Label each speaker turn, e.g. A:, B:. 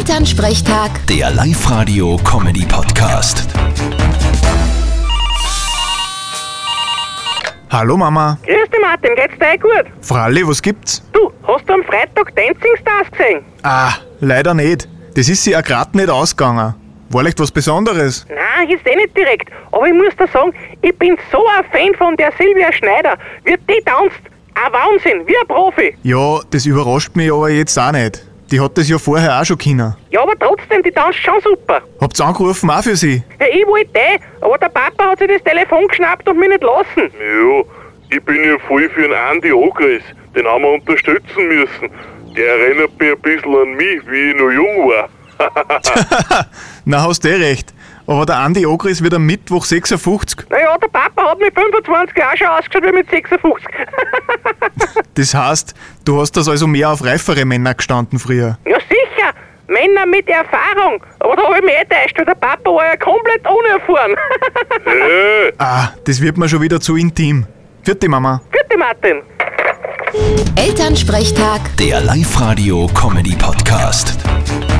A: Elternsprechtag,
B: Der Live-Radio-Comedy-Podcast.
C: Hallo Mama.
D: Grüß dich Martin, geht's dir eh gut?
C: Fralli, was gibt's?
D: Du, hast du am Freitag Dancing Stars gesehen?
C: Ah, leider nicht. Das ist ja gerade nicht ausgegangen. War leicht was Besonderes.
D: Nein, jetzt eh nicht direkt. Aber ich muss dir sagen, ich bin so ein Fan von der Silvia Schneider. Wie die tanzt, ein Wahnsinn, wie ein Profi.
C: Ja, das überrascht mich aber jetzt auch nicht. Die hat das ja vorher auch schon können.
D: Ja, aber trotzdem, die tanzt schon super.
C: Habt's angerufen auch für sie?
D: Ja, ich wollte eh, aber der Papa hat sich das Telefon geschnappt und mich nicht lassen.
E: Ja, ich bin ja voll für den Andi Ogres. Den haben wir unterstützen müssen. Der erinnert mich ein bisschen an mich, wie ich noch jung war.
C: Na, hast eh recht. Aber der Andi Ogris wird am Mittwoch 56.
D: Naja, der Papa hat mit 25 auch schon ausgeschaut wie mit 56.
C: Das heißt, du hast das also mehr auf reifere Männer gestanden früher.
D: ja sicher, Männer mit Erfahrung. Aber da habe ich mich eh täuscht, weil der Papa war ja komplett unerfahren.
E: Äh,
C: Ah, das wird mir schon wieder zu intim. Vierte Mama.
D: Bitte Martin.
A: Elternsprechtag.
B: Der Live-Radio-Comedy-Podcast.